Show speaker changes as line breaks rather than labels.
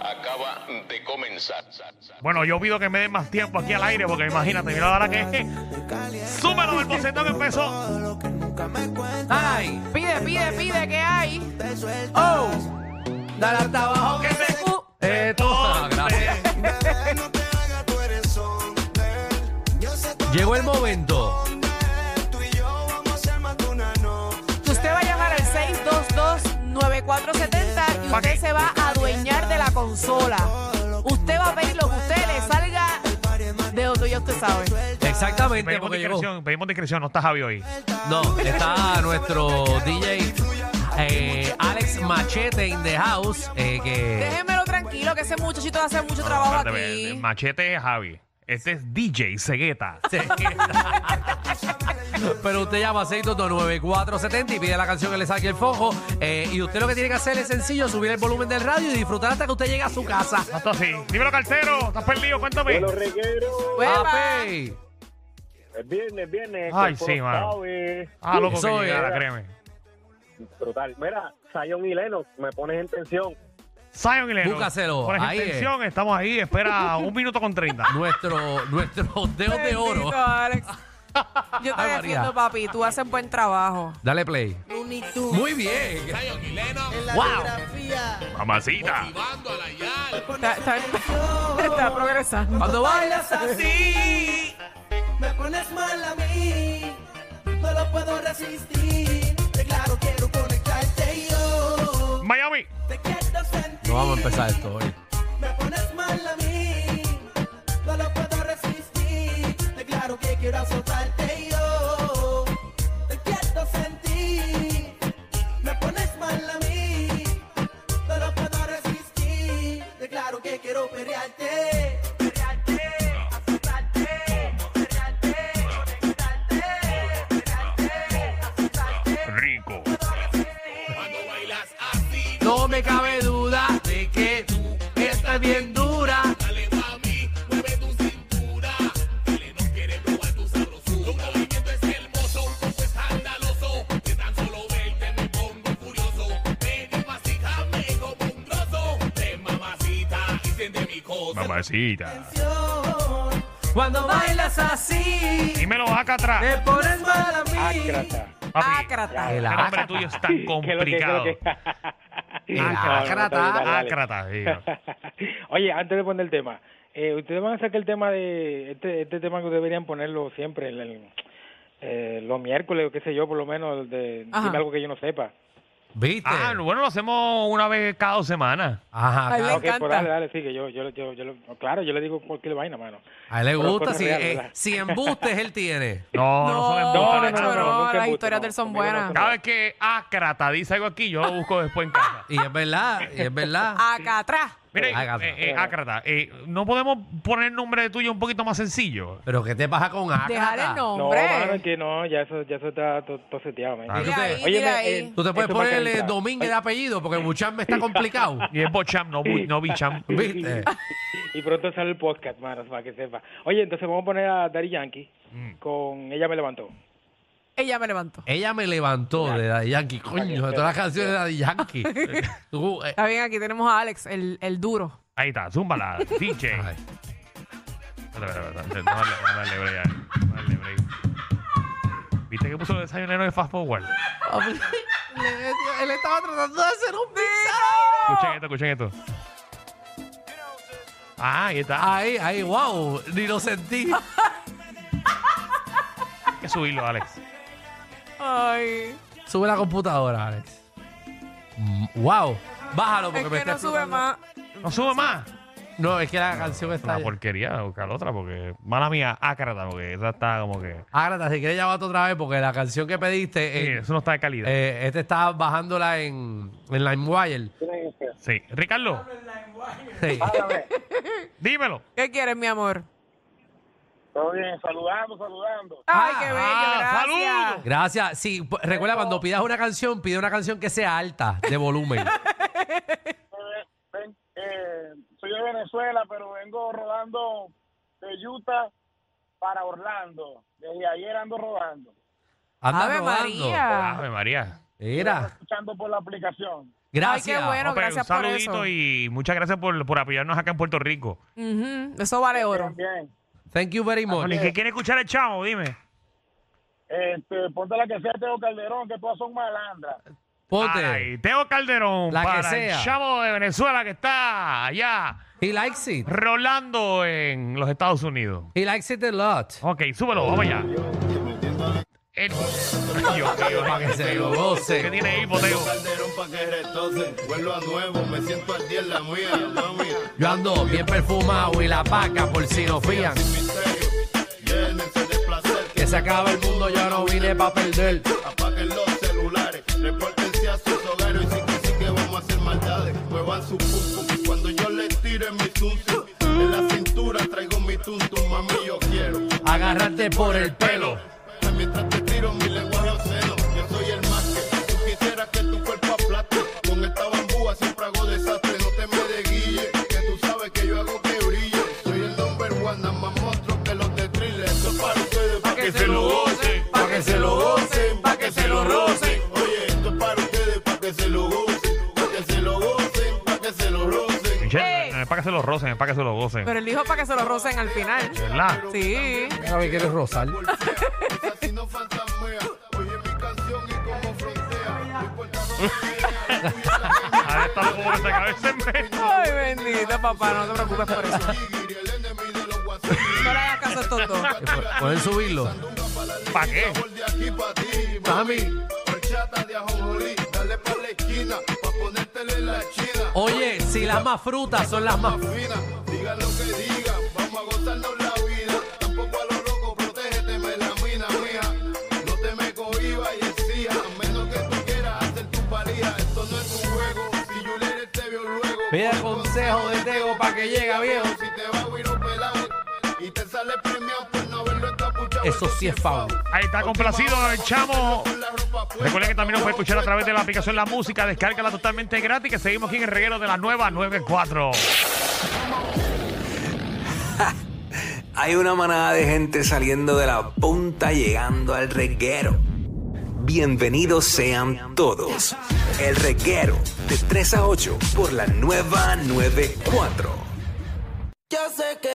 acaba de comenzar.
Bueno, yo pido que me den más tiempo aquí al aire, porque imagínate, mira ahora que. Súbelo del bocetón que empezó.
Ay, pide, pide, pide que hay. Oh, dale hasta abajo que se cu.
Eh, Ah,
Todo.
Llegó el momento.
Que Usted va a llamar al 622-9470 y
¿Pa' qué?
usted se va a adueñar de la consola. Usted va a pedir lo que usted le salga de donde ya usted sabe.
Exactamente,
Pedimos
porque llegó.
discreción, pedimos discreción, no está Javi hoy.
No, está nuestro DJ eh, Alex Machete in the house. eh, que
Déjenmelo tranquilo, que ese muchachito hace mucho trabajo
Espérate, ve-
aquí.
Machete es Javi. Este es DJ Segueta.
Pero usted llama a 6229470 y pide la canción que le saque el fojo. eh, y usted lo que tiene que hacer es sencillo, subir el volumen del radio y disfrutar hasta que usted llegue a su casa.
Esto sí. Dímelo, cartero. ¿Estás perdido? Cuéntame.
Bueno, reguero.
Pues, Hueva.
Papi.
Es viernes, es viernes.
Ay,
Cuerpo
sí,
lo
mano.
sabe.
Ah, loco,
Eso
que llegara,
es.
créeme.
Brutal. Mira, Sayon y Lennox, me pones en tensión.
Zion y Lennox.
Búscaselo,
Por
ahí es.
extensión, estamos ahí. Espera un minuto con 30.
Nuestro, nuestro dedo de oro.
Bendito, Alex.
Ay,
Yo te
María.
defiendo, papi. Tú haces buen trabajo.
Dale play. Muy bien.
Mamacita.
Está, está- está progresando.
Cuando bailas
así.
Me pones mal a mí, no lo puedo resistir. Te claro, quiero conectarte y yo.
Miami.
Te quiero sentir.
No vamos a empezar esto hoy.
Me pones mal a mí, no lo puedo resistir. Te claro que quiero azotarte y yo. Te quiero sentir. Me pones mal a mí, no lo puedo resistir. Te claro que quiero perrearte. Perrearte, azotarte, perrearte, conectarte, perrearte, azotarte.
Rico.
No me cabe duda de que tú estás bien dura.
Mamacita.
Cuando bailas así,
Dímelo acá atrás.
te pones mal a
Ah,
mí.
Ácrata.
Ácrata.
El
El
nombre
ácrata.
tuyo es tan
¿Qué es lo que- qué es
complicado.
lo que-
El
Ah, cabrón,
ácrata,
está bien, dale, dale.
Ácrata, digo.
Oye, antes de poner el tema, eh, ustedes van a sacar el tema de este, este tema que deberían ponerlo siempre, el- el, eh, los miércoles o qué sé yo, por lo menos, el de
Ajá.
dime algo que yo no sepa.
¿Viste?
Ah, no, bueno, lo hacemos una vez cada dos semanas.
Ajá,
Ay,
claro.
Me
Ok, pues
encanta.
dale, dale, sí, que yo, yo, yo, yo, lo- claro, yo le digo cualquier vaina, mano.
A él le
Pero
gusta.
cosas
Si,
reales,
eh,
¿verdad?
si embustes, él tiene.
No, no, son
No,
embustes,
no, no,
Alejandro.
no,
no, nunca
las
embuste,
historias
no,
de él son
conmigo no
buenas.
son-
Cada vez que Ácrata dice algo aquí, yo lo busco después en casa.
Y es verdad, y es verdad.
Acá atrás.
Mire,
Ácrata.
eh, eh, Ácrata, eh, ¿no podemos poner el nombre tuyo un poquito más sencillo?
Pero ¿qué te pasa con ácrata?
Dejar el
No,
nombre.
mano, que no, ya eso, ya eso está to- todo seteado, man.
Ah,
tú
Dile
te-
ahí,
Oye,
dile
me-
ahí.
Tú te puedes
Eso fue
poner eh,
calentado.
Domínguez de apellido porque Buchan me está complicado.
Y es Bocham, no, Bu- no Bicham.
¿Viste?
Y pronto sale el podcast, mano, para que sepa. Oye, entonces vamos a poner a Daddy Yankee
Mm.
con Ella me levantó.
Ella me levantó.
Ella me levantó de Daddy Yankee, coño, de todas las canciones de Daddy Yankee. Tú, eh,
Está bien, aquí tenemos a Alex, el, el duro.
Ahí está, zúmbala, DJ.
ay.
Espérate, espérate, espérate, no darle- no darle break, no darle break. ¿Viste que puso el desayunero de Fast Forward?
él estaba tratando de hacer un
Escuchen esto, escuchen esto. Ah, ahí está.
Ahí, ahí, wow, ni lo sentí.
Hay que subirlo, Alex.
Ay,
Sube la computadora, Alex. Mm, Wow, bájalo porque me
es que
está
no sube
explotando.
más.
No sube más.
No, es que la canción está.
Una porquería, buscar otra, porque mala mía, ácrata, porque esa está como
Eh,
que.
Ágrata, si quieres llamarte otra vez porque la canción que
Sí,
pediste, eh,
eso no está de calidad.
eh, este está bajándola en, en LimeWire.
Sí. Ricardo,
Sí.
dímelo.
¿Qué quieres, mi amor?
Todo bien, saludando, saludando.
Ay,
Ah,
qué bello,
ah,
gracias.
saludos.
Gracias. Sí, p- recuerda, cuando pidas una canción, pide una canción que sea alta, de volumen.
eh, soy de Venezuela, pero vengo rodando de Utah para Orlando. Desde ayer ando rodando,
Anda
Ave
rodando.
María.
Ave María.
Mira,
escuchando por la aplicación.
Gracias.
Ay, qué bueno,
Ope,
gracias
un
por
saludito
eso.
y muchas gracias por, por apoyarnos acá en Puerto Rico.
Ujú, Eso vale oro.
Bien,
Thank you very much.
¿Y qué quiere escuchar el chavo? Dime.
este, ponte la que sea Teo Calderón, que todas son malandras.
Ponte.
Ay, Teo Calderón,
La que
para
sea.
el chavo de Venezuela que está allá
He likes it.
rolando en los Estados Unidos.
He likes it a lot.
Ok, súbelo, vamos allá. El... Ay, Dios mío,
Para que se lo
¿Qué
goce.
tiene ahí, Poteo?
Calderón pa' que retoce, vuelvo a nuevo, me siento al día en la mía, mami.
Yo ando bien perfumado y la paca por si no fían.
Misterio, llénense de placer,
Que se acaba el mundo, yo no vine para perder.
apaguen los celulares, repórtense a sus hogares, y sí que sí que vamos a hacer maldades, muevan su pum pum, cuando yo les tire mi tum tum, en la cintura traigo mi tum tum, mami yo quiero,
Agarrarte por el pelo.
pelo, mientras te tiro mi lenguaje obsceno, yo soy el más que tú quisieras que tu cuerpo aplaste, con esta bambúa siempre hago desastre, no te me desguille, que tú sabes que yo hago que brille, soy el number one, nada más monstruo que los de thriller, esto es para ustedes, pa' que se lo gocen, pa' que se lo gocen, pa' que se lo rocen, oye, esto es para ustedes, pa' que se lo gocen, pa' que se lo gocen, pa' que se lo rocen.
Michelle, no es para que se lo rocen, es para que se lo gocen.
Pero él dijo para que se lo rocen al final.
¿Verdad?
Sí.
Ahora me quieres rozar.
Esa sí no fantasmea, oye mi canción y como frontea, no importa dónde sea, tú y la que me
Ahí está lo pobre de cabeza en medio.
Ay, bendito, papá, no te preocupes por eso.
Nigiri, el enemigo de los guasabi.
No le hagas caso a estos dos.
Pueden subirlo.
¿Para qué?
Por de aquí pa' ti,
Mami.
Horchata de ajonjolí, dale pa' la esquina, pa' ponértela en la china.
Oye, si las más frutas son las más.
Más fina, digan lo que digan, vamos a gozarnos la vida. Tampoco a los locos, protégete, me la mina, mija. No te me cohibas y exija, a menos que tú quieras hacer tu paría. Esto no es un juego, si yo le te veo luego.
Pide el consejo de Tego para que llegue, viejo.
Si te va a ir un pelado y te sale premiado por no haberlo escapuchado.
Eso sí es foul.
Ahí está complacido el chamo. Recuerden que también nos puede escuchar a través de la aplicación La Música. Descárgala totalmente gratis. Que seguimos aquí en el reguero de la nueva 94.
Hay una manada de gente saliendo de la punta llegando al reguero. Bienvenidos sean todos. El reguero de 3 a 8 por la nueva 94.
Ya sé que